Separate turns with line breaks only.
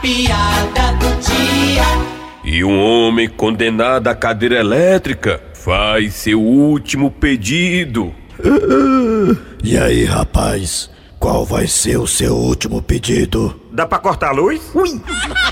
piada do dia.
E um homem condenado à cadeira elétrica faz seu último pedido.
E aí, rapaz, qual vai ser o seu último pedido?
Dá pra cortar a luz?
Ui!